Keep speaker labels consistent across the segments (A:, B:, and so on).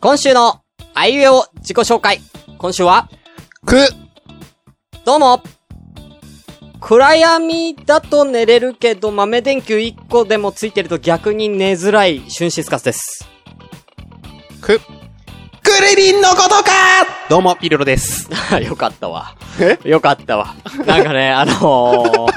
A: 今週の、あいうえお自己紹介。今週は、
B: く、
A: どうも暗闇だと寝れるけど豆電球1個でもついてると逆に寝づらい春シスカスです。
B: く、クリリンのことかどうも、ピルロです。
A: よかったわ。
B: え
A: よかったわ。なんかね、あのー、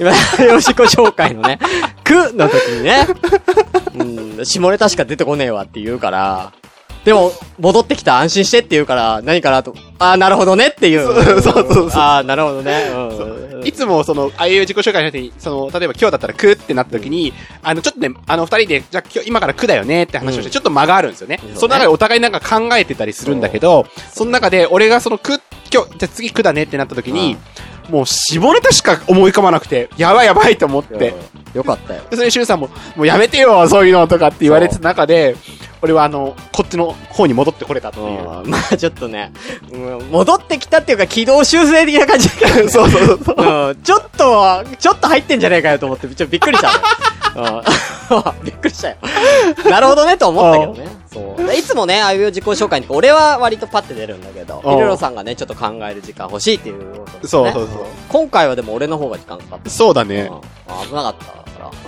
A: 今、よしこ紹介のね、くの時にね、うん、下ネタしか出てこねえわって言うから、でも、戻ってきた安心してって言うから、何かなと、ああ、なるほどねっていう。
B: そうそうそうそう
A: ああ、なるほどね。うん。
B: いつも、その、ああいう自己紹介の時に、その、例えば今日だったらくってなった時に、あの、ちょっとね、あの、二人で、じゃあ今日、今からくだよねって話をして、
A: うん
B: ちょっと間があるんですよね。
A: そうね
B: その中でお互いなんか考えてたりするんだけど、その中で、俺がそのく、今日、じゃあ次くだねってなった時に、もう、下ネタしか思い浮かばなくて、やばいやばいと思って、
A: うんよかったよ。
B: でそれにしゅんさんも、もうやめてよ、そういうのとかって言われてた中で、俺はあの、こっちの方に戻ってこれたっていう。
A: うんまあちょっとね、うん戻ってきたっていうか軌道修正的な感じ
B: そうそうそう。
A: うん、ちょっと、ちょっと入ってんじゃねえかよと思って、ちょっとびっくりしたね。うん びっくりしたよ。なるほどねと思ったけどね。そう。でいつもね、ああいう自己紹介に、俺は割とパッて出るんだけど、
B: うん
A: ヒルロさんがね、ちょっと考える時間欲しいっていうことで、ね。
B: そうそう
A: 今回はでも俺の方が時間かかった。
B: そうだね
A: う。んあ危なかったから。うん。と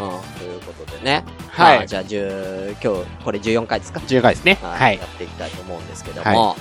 A: いうことでね。
B: はい
A: まあじゃあ、10、今日、これ14回ですか
B: 10回ですね。
A: は、
B: はいい
A: や。っていきたいと思うんですけども、
B: は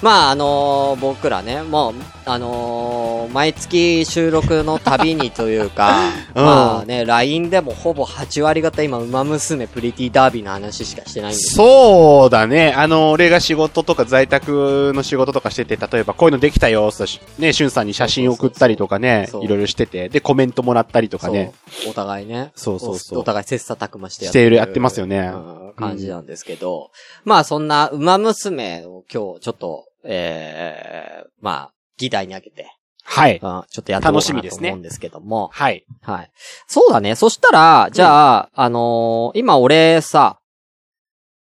A: まああのー僕らねもうあのー毎月収録のたびにというか、
B: うん
A: まあね LINE でもほぼ8割方今「ウマ娘プリティダービー」の話しかしてないんです
B: そうだね。あの、俺が仕事とか在宅の仕事とかしてて、例えばこういうのできたよ、そうしね、しゅんさんに写真送ったりとかね
A: そうそうそう、そう
B: いろいろしてて、で、コメントもらったりとか
A: そう
B: ね。
A: お互いね
B: そうそうそう
A: おお互い切磋琢磨して
B: しているやってますよね
A: うん感じなんですけど、まあそんな「ウマ娘」を今日ちょっとえー、まあ議題にあげて、
B: は
A: う
B: い。
A: んちょっとやっていこう
B: 楽し
A: かな
B: みで
A: と
B: すね
A: 思うんですけども、
B: はい。
A: はい。そうだね。そしたら、じゃあ、あのー今俺さ、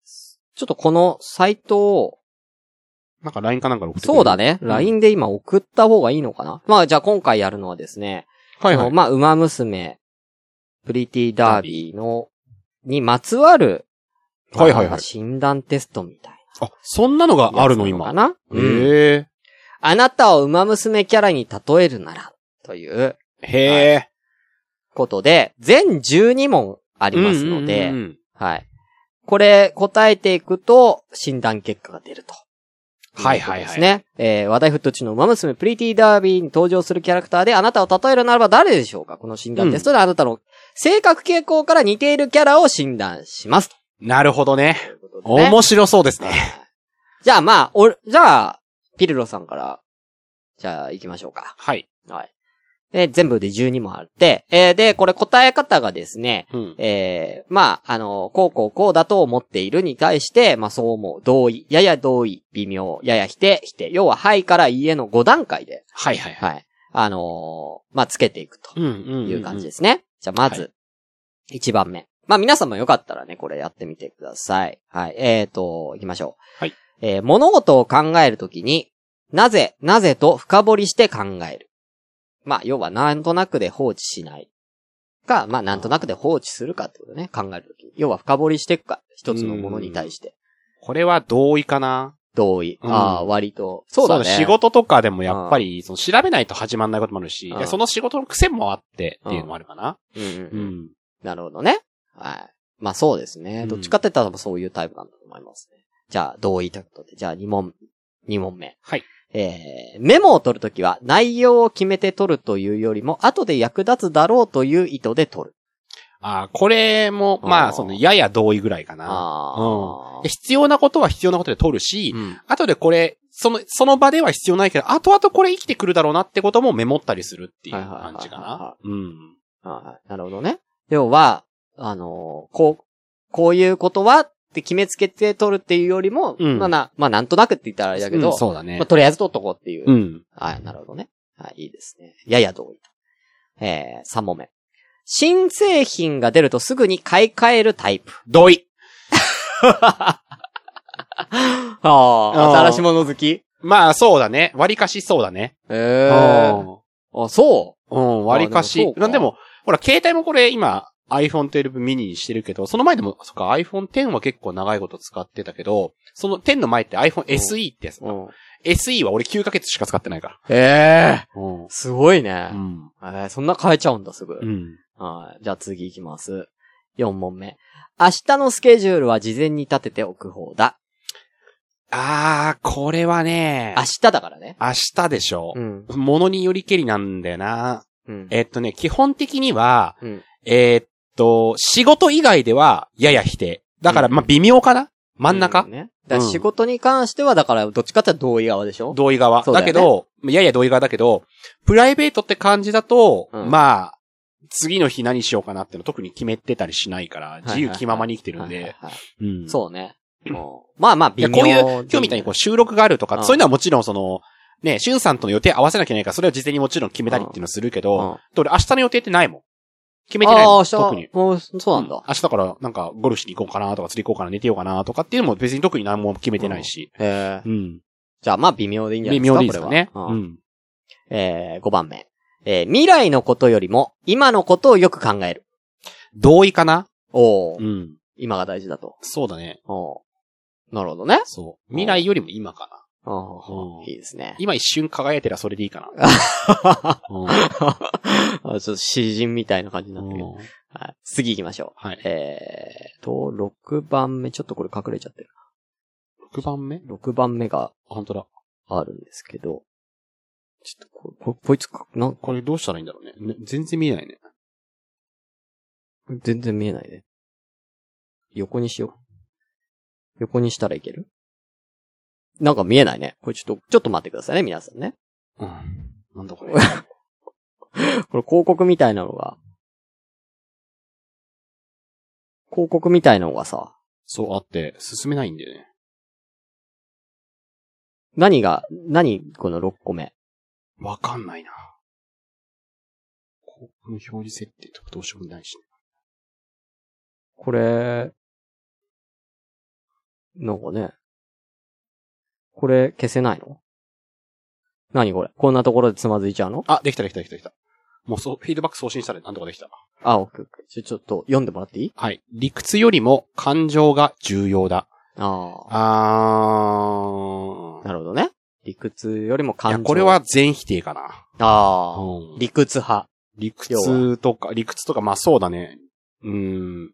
A: ちょっとこのサイトを、
B: なんか LINE かなんかで送ってくれ
A: そうだね。
B: うん
A: LINE で今送った方がいいのかなまあじゃあ今回やるのはですね、
B: はい
A: あ
B: は
A: の
B: い。
A: まあ、馬娘、プリティダービーの、にまつわる、
B: はいはい
A: ま
B: は
A: あ
B: い。
A: 診断テストみたい
B: あ、そんなのが
A: な。
B: あるの
A: やつな
B: 今
A: か。なうん。
B: へえ。
A: あなたを馬娘キャラに例えるなら、という
B: へえ。
A: ことで、全12問あ
B: あ
A: りますので、はい。これ、答えていくと、診断結果が出ると。
B: はいはいはい
A: とうことですね。えー、話題沸騰中のウマ娘プリティダービーに登場するキャラクターであなたを例えるならば誰でしょうかこの診断テストであなたの性格傾向から似ているキャラを診断します。
B: なるほどね。
A: ということでね
B: 面白そうですね。
A: はいじゃあまあ、お、じゃあ、ピルロさんから、じゃあ行きましょうか。
B: はい。
A: はい。で、全部で12もあって、えー、で、これ答え方がですね、
B: うん。
A: えー、まあ、あの、こうこうこうだと思っているに対して、まあ、そう思う。同意。やや同意。微妙。やや否定。否定。要は、はいからいいえの5段階で、
B: はいはいはい。
A: はい。あのーまあ、つけていくと
B: うんうんんん。
A: いう感じですね。じゃあ、まず、1番目。まあ、皆さんもよかったらね、これやってみてください。はい。えーと、行きましょう。
B: はい。
A: えー物事を考えるときに、なぜ、なぜと深掘りして考える。まあ、要は、なんとなくで放置しない。か、まあ、なんとなくで放置するかってことね、考えるとき。要は、深掘りしていくか。一つのものに対して。
B: これは同意かな
A: 同意。
B: うん
A: ああ、割と。そうだね。
B: 仕事とかでもやっぱり、その調べないと始まんないこともあるし、
A: うん
B: でその仕事の癖もあってっていうのもあるかな。
A: うんうん
B: う
A: うん。
B: ん。
A: なるほどね。はい。まあそうですね。
B: うん
A: どっちかって言ったらそういうタイプなんだと思いますね。じゃあ、同意ということで。じゃあ、2問、二問目。
B: はい。
A: えー、メモを取るときは、内容を決めて取るというよりも、後で役立つだろうという意図で取る。
B: あーこれも、
A: うん
B: まあ、その、やや同意ぐらいかな。
A: あ
B: で必要なことは必要なことで取るし、
A: ー。うん。
B: 後でこれ、その、その場では必要ないけど、後々これ生きてくるだろうなってこともメモったりするっていう
A: はいはいはいはい
B: 感じかな。うん。
A: あーなるほどね。要は、あのーこう、こういうことはって決めつけて取るっていうよりも、
B: うん
A: まあな、まあなんとなくって言ったらあれだけど、
B: うんそうだね
A: まあ、。とりあえず取っとこうっていう
B: うん。
A: はい、なるほどね。はい、いいですね。やや同意と。えー、3問目。新製品が出るとすぐに買い替えるタイプ。
B: 同意。
A: ああ
B: 新
A: 新
B: し
A: し物好き
B: まあ、そうだね。割かしそうだね。
A: ええ
B: うん
A: あ、そ
B: うん、割か
A: あで
B: し
A: も。そうか
B: なんでも、ほら、携帯もこれ今、 iPhone 12 mini にしてるけど、その前でも、そっか、iPhone 10は結構長いこと使ってたけど、その10の前って iPhone SE ってやつ。
A: うん。
B: SE は俺9ヶ月しか使ってないから。
A: ええ
B: うん。
A: すごいうね。
B: ん。
A: えーそんな変えちゃうんだ、すぐ
B: う。ん。
A: はい。じゃあ次行きます。4問目。明日のスケジュールは事前に立てておく方だ。
B: あー、これはね
A: 明、日だからね。
B: 明日でしょ。
A: ん。
B: ものによりけりなんだよな。
A: うん。
B: えっとね、基本的には、
A: うん
B: えーっと、仕事以外ではやや否定。だから、
A: うん
B: まあ、微妙かな真ん中、
A: うんね。だから仕事に関しては、だから、どっちかって言ったら同意側でしょ
B: 同意側。
A: そ
B: だ
A: うだよね
B: けど、やや同意側だけど、プライベートって感じだと、
A: うん
B: まあ、次の日何しようかなっての特に決めてたりしないから、
A: いはい
B: 自由気ままに生きてるん
A: はい
B: で。
A: はいはい
B: うん
A: そうね。もうまあまあ、
B: い
A: 微
B: や
A: 妙。
B: こういう、今日みたいにこう収録があると
A: う
B: か、
A: ん
B: そういうのはもちろんその、ね、しゅんさんとの予定合わせなきゃいけないから、それは事前にもちろん決めたりっていうのはするけど、
A: うん
B: で俺明日の予定ってないもん。決めてない
A: あ
B: も
A: あ
B: ん。
A: ー、
B: 特
A: 明
B: に
A: 日。。もう、そうなんだ。
B: 明日だから、なんか、ゴルフしに行こうかなとか、釣り行こうかな、寝てようかなとかっていうのも別に特に何も決めてないし。
A: ええ。
B: うん。
A: じゃあまあ、微妙でいいんじゃな
B: 微
A: いです
B: 妙
A: か
B: でいいですかね。
A: これは
B: う
A: うん
B: ん。
A: えー、5番目。えー、未来のことよりも、今のことをよく考える。
B: 同意かな
A: おお、
B: うん。
A: 今が大事だと。
B: そうだね。
A: おーなるほどね。
B: そう。
A: うん
B: 未来よりも今かな。
A: お
B: うん
A: ーいいですね。
B: 今一瞬輝いてりゃそれでいいかな。 うん
A: あちょっと詩人みたいな感じになってるけど。
B: うん
A: はい。次行きましょ
B: は
A: う。
B: い。
A: えーと、6番目、ちょっとこれ隠れちゃってる。
B: 6番目
A: 6番目が
B: 本当だ。
A: あるんですけど。ちょっとこ、こ、こいつか、なんか
B: これどうしたらいいんだろうね。ね全然見えないね。
A: 全然見えないね。横にしよう。横にしたらいけるなんか見えないね。これちょっと、ちょっと待ってくださいね、皆さんね。
B: うん。なんだこれ。
A: これ広告みたいなのが、広告みたいなのがさ、
B: そうあって、進めないんだよね。
A: 何が、何この6個目。
B: わかんないな。ここの表示設定とかどうしようもないし、ね。
A: これ、なんかね、これ消せないの何これこんなところでつまずいちゃうの
B: あ、できたできたできたできた。もうそう、フィードバック送信したらなんとかできた。
A: あ、オッケーオッケー。ちょ、ちょっと読んでもらっていい
B: はい。理屈よりも感情が重要だ。
A: ああ。
B: あー。
A: なるほどね。理屈よりも
B: い
A: 感
B: や、
A: 情。
B: これ、は全否定かな。
A: ああ、
B: うん
A: 理屈派。
B: 理
A: 要
B: 屈とか、理屈とか、まあそうだね。うーん。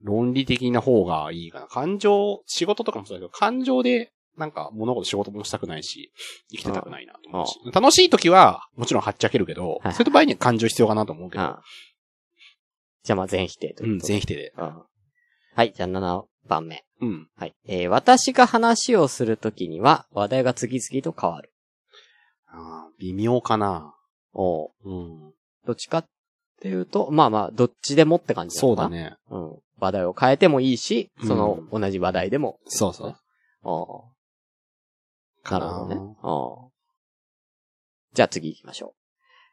B: 論理的な方がいいかな。感情、仕事とかもそうだけど、感情で、なんか物事仕事もしたくないし、生きてたくないなと思うし。楽しい時は、もちろんはっちゃけるけど、
A: はい
B: そういう場合には感情必要かなと思うけ
A: う
B: ど
A: ん。。じゃあまあ全否定と
B: う
A: いう
B: ん、
A: ことで
B: 全否定で。
A: うんはい、じゃあ7番目。
B: うん。
A: はい。えー私が話をするときには話題が次々と変わる。
B: あー微妙かな。
A: おう
B: うん。
A: どっちかっていうと、まあまあ、どっちでもって感じな
B: そ
A: の
B: う
A: か
B: だ
A: な。
B: ね。
A: うん。話題を変えてもいいし、その、
B: う
A: 同じ話題でも。
B: そうそう。
A: おう
B: か
A: なるほどね。おうじゃあ次行きましょ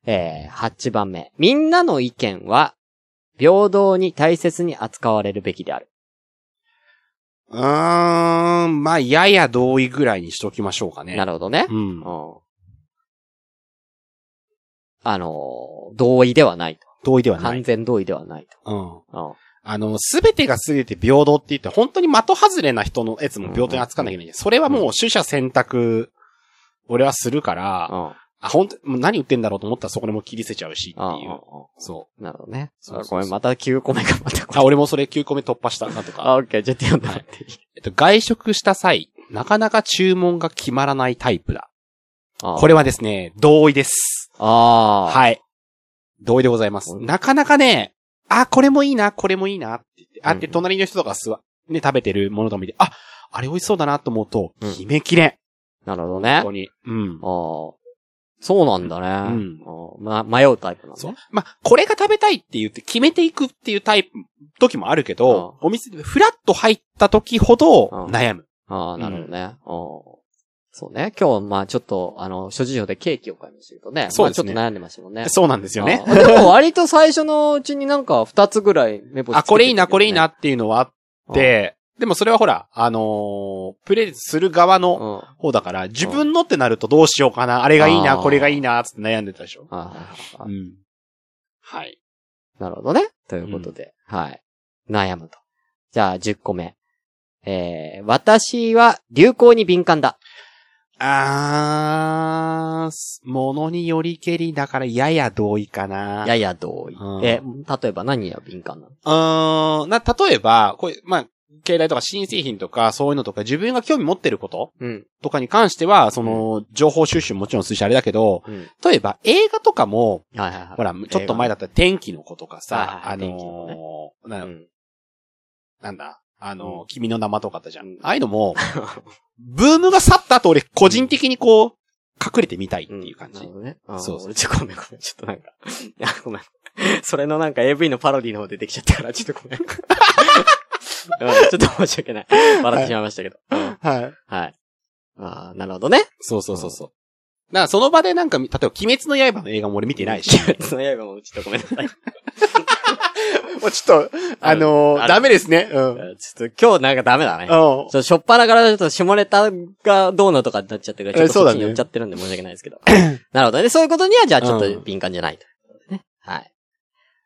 A: う。えー、8番目。みんなの意見は、平等に大切に扱われるべきである。
B: うーん、まあ、やや同意ぐらいにしときましょうかね。
A: なるほどね。
B: うん。
A: うん。あのー、同意ではない
B: 同意で
A: と。
B: はな
A: 完
B: い。
A: 全同意ではない
B: うん。
A: と。
B: あの、すべてがすべて平等って言って、本当に的外れな人のやつも平等に扱わなきゃいけない。それはもう、取捨選択、俺はするか
A: うん。
B: ら、
A: うん。
B: あ、本当もう何言ってんだろうと思ったらそこでもう切り捨てちゃうし、っていう。
A: う
B: そ
A: ん。なるほどね。
B: そうそうそ
A: こ
B: う
A: れまた9個目がまた
B: う。
A: こ
B: あ、
A: れ。
B: 俺もそれ9個目突破したなと
A: あ、
B: か。
A: オッケー、ちょっと読んでもらっていい
B: えっと、外食した際、なかなか注文が決まらないタイプだ。
A: あ
B: これはですね、同意です。
A: あー。
B: はい。同意でございます。
A: うん
B: なかなかね、あ、これもいいな、これもいいなって言って、あ、
A: うん
B: で、隣の人とかすわ、ね、食べてるものとか見て、あ、あれ美味しそうだなと思うと、
A: うん
B: 決めきれん。
A: なるほどね。あ
B: 本当に。うん。
A: あー。そうなんだね。
B: うん
A: うん。ま、迷うタイプなんだ
B: そ
A: ね
B: う。。まあ、これが食べたいって言って決めていくっていうタイプ、時もあるけど、お店でフラッと入った時ほど
A: うん
B: 悩む。
A: ああ、なるほどね。うんそうね。今日、まあちょっと、あの、諸事情でケーキを買いましたけどね。
B: そうですね
A: まあちょっと悩んでましたもんね。
B: そうなんですよね。
A: あーでも割と最初のうちになんか二つぐらい目星つけてたけどね、
B: あ、これいいな、これいいなっていうのはあって、でもそれはほら、あのープレイする側
A: うん。う
B: の
A: ん。あ
B: 方だから、自分のってなるとどうしようかな、あれがいいな、
A: あー
B: これがいいな、つって悩んでたでしょ。
A: あああ
B: うん。はい。
A: なるほどね。ということで、はい。悩むと。じゃあ、10個目。えー、私は流行に敏感だ。
B: あー、ものによりけりだからやや同意かな。
A: やや同意
B: う。ん
A: え、例えば何が敏感なの
B: うーん、な、例えば、こういう、まあ、携帯とか新製品とか、そういうのとか、自分が興味持ってること
A: うん。
B: とかに関しては、その、情報収集もちろんするし、あれだけど、
A: うん。
B: 例えば映画とかも、
A: はいはいはい。
B: ほら、ちょっと前だったら天気の子とかさ、
A: は
B: あ
A: いはいはい天気の
B: のー、な
A: うん。
B: なんだ、あのー
A: うん
B: 君の名前とかあったじゃ
A: うん
B: ん。ああいうの も、ブームが去った後、俺、個人的にこう、隠れてみたいっていう感じ。
A: なるほどね。そ
B: そううそ
A: そ
B: う
A: う。ちょ、ごめんごめん。ちょっとなんか。 いや、ごめん。それのなんか AV のパロディの方出てきちゃったから、ちょっとご めん。うんちょっと申し訳ない。笑ってしまいましたけど。うん
B: はい。
A: はい。ああ、なるほどね。
B: そうそうそうそう。だから、その場でなんか、例えば、鬼滅の刃の映画も俺見てないし。
A: その刃もちょっとごめんなさい。
B: もうちょっと、あのー
A: ある
B: ダメですね。うん。うん。
A: ちょっと今日なんかダメだね。ちょ、しょっぱなからちょっと下ネタがどうのとかになっちゃってるから、ちょっ
B: え
A: と
B: そ
A: そうっ
B: だ
A: ち
B: ね
A: に寄っちゃってるんで申し訳ないですけ ど。なるほどね。そういうことには、じゃあちょっと敏感じゃないと。ねはい。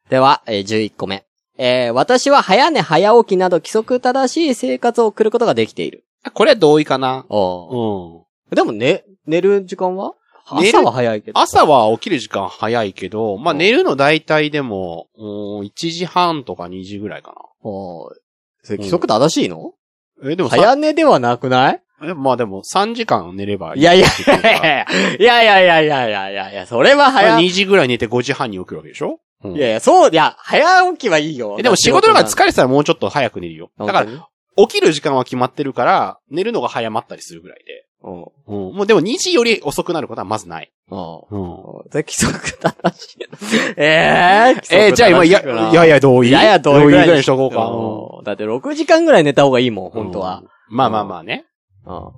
A: では、えー11個目。えー私は早寝早起きなど規則正しい生活を送ることができている。
B: これは同意かな。
A: おー
B: うん。
A: でもね、寝る時間は
B: 寝る
A: 朝は早いけど。
B: 朝は起きる時間早いけど、まあ
A: うん
B: 寝るの大体でも、うん、1時半とか2時ぐらいか
A: おーそれ規則正しいの、
B: な。え、でもさ
A: 早寝ではなくない
B: えまあでも3時間寝ればいい。
A: いや いやいやいやいやいやいやいやいやいや、それは
B: まあ
A: 早、い
B: 2時ぐらい寝て5時半に起きるわけでしょ、うん
A: やいや、そう、いや、早起きはいいよ
B: え。でも仕事だから疲れてたらもうちょっと早く寝るよ。だから、
A: ら、
B: 起きる時間は決まってるから、寝るのが早まったりするぐらいで。
A: うん。
B: うん。もうでも2時より遅くなることはまずない。
A: うん。
B: うん。
A: で、規則正しい。えー、
B: えーじゃあ今、や、やや同意
A: やや同意ぐらい
B: にしとこうか。
A: うんだって6時間ぐらい寝た方がいいもん、
B: うん
A: 本当は。。
B: まあまあまあね。
A: うん。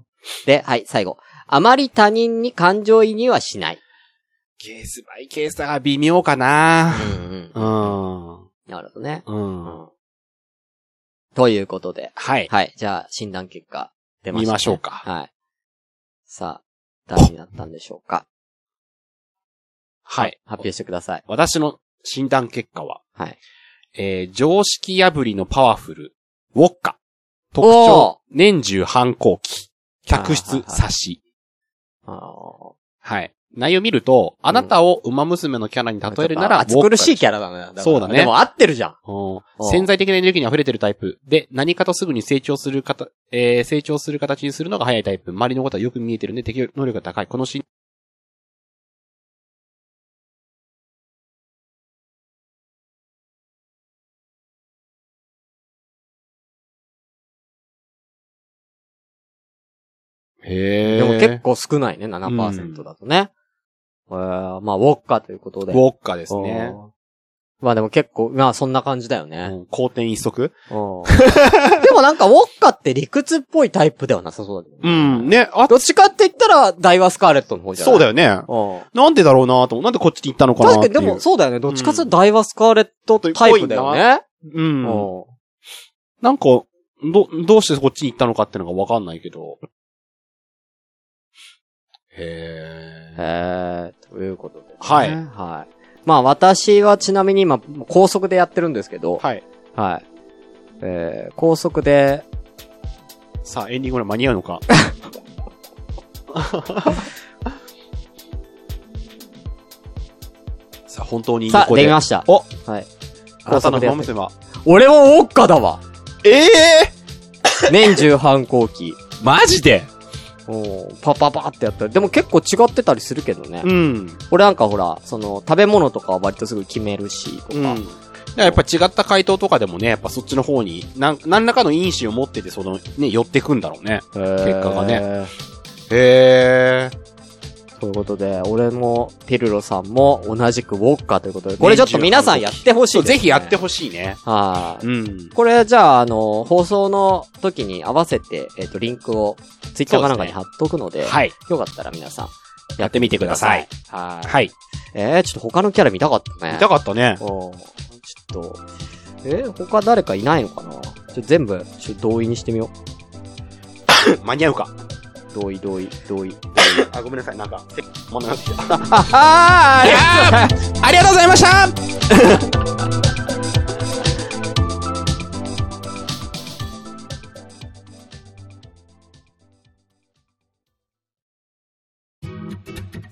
A: で、はい、最後。あまり他人に感情移入はしない。
B: ケースバイケースが微妙かな
A: うん
B: う。ん。
A: なるほどね。
B: うん。
A: ということで。
B: はい。
A: はい、じゃあ診断結果出ました、ね。
B: 見ましょうか
A: はい。さあ、誰になったんでしょうか。
B: はい。
A: 発表してください。
B: 私の診断結果は、
A: はい。
B: えー常識破りのパワフル、ウォッカ。特徴、年中反抗期。客
A: はい
B: 室
A: はいはい
B: 差し。
A: あの
B: はい。内容見ると、あなたを馬娘のキャラに例
A: ー
B: えるなら、
A: 熱苦しい
B: ャ
A: キャラだねだから。
B: そうだね
A: でも合ってるじゃん。ん
B: 潜在的なエネルギーに溢れてるタイプ。で、何かとすぐに成長する方、えー成長する形にするのが早いタイプ。周りのことはよく見えてるんで、適応能力が高い。このシーンへ
A: でも結構
B: 構、
A: 少ないね、7%だとね。えーまあ、ウォッカということで。
B: ウォッカです
A: う
B: ね。
A: ん。まあでも結構、まあそんな感じだよ
B: う
A: ね。
B: ん好転一足
A: うん でもなんかウォッカって理屈っぽいタイプではなさそうだけど
B: う
A: ね
B: ん。ね、あ、
A: どっちかって言ったら、ダイワスカーレットの方じゃない
B: そうだ
A: よ。
B: よね。
A: うん
B: なんでだろうなと思う。なんでこっちに行ったのかな
A: 確
B: っ
A: か
B: てい
A: に
B: う。
A: でも、そうだよね。どっちかっていうとダイワスカーレットタイプだよね。
B: う。
A: うんん。
B: なんか、ど、どうしてこっちに行ったのかってのがわかんないけど。へえ。
A: へー、ということでね。
B: はい
A: はい。まあ私はちなみに今、高速でやってるんですけど、
B: はい。
A: はい。えー、高速で、
B: さあ、エンディングまで間に合うの か。さあ、本当に
A: さあ、できま
B: し
A: した。
B: お
A: はい。
B: あなたの馬娘は。
A: 俺もウォッカだ わ
B: ええ
A: 年中反抗期。
B: マジで
A: おーパパパってやったり。でも結構違ってたりするけどね。
B: うん。
A: 俺なんかほら、その、食べ物とかは割とすぐ決めるし、と
B: うん。
A: か。
B: だからやっぱ違った回答とかでもね、やっぱそっちの方に、なん、何らかの因子を持ってて、その、ね、寄ってくんだろうね。
A: 結
B: 果がね。へえ。
A: ということで、俺も、ピルロさんも同じくウォッカということで、これちょっと皆さんやってほしい
B: そう、
A: です、ね。
B: ぜひやって
A: ほし
B: ほしいね。
A: い。はい。
B: うん。
A: これ、じゃあ、あの、放送の時に合わせて、えっ、と、リンクを、ツイッターかなんかに貼っとくので、
B: はい。
A: よかったら皆さん、
B: やってみてください。
A: はい。
B: はい。
A: えー、ちょっと他のキャラ見たかったね。
B: 痛かったね。
A: おーちょっと、えー他誰かいないのかなちょ全部、ちょ同意にしてみよ
B: 間に合うか。
A: う。同意、同意、同意。
B: あ、ごめんなさい。なんか、も
A: ああ
B: ありがとうございました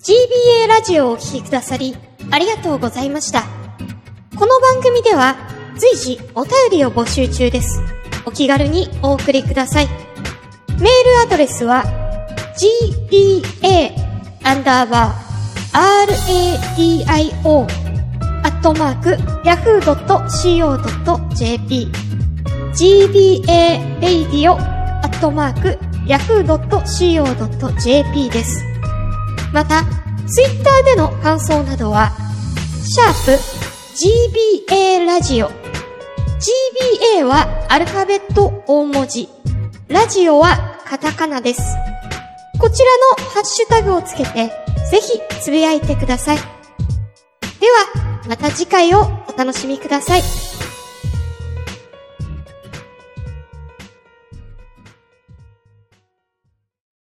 C: GBA ラジオをお聴きくださり、ありがとうございました。この番組では、随時お便りを募集中です。お気軽にお送りください。メールアドレスは、gba, アンダーバー、radio, アットマーク、yahoo.co.jp gba-radio-yahoo.co.jp です。また、ツイッターでの感想などは、シャープ gba ラジオ。gba はアルファベット大文字。ラジオはカタカナです。こちらのハッシュタグをつけて、ぜひつぶやいてください。では、また次回をお楽しみください。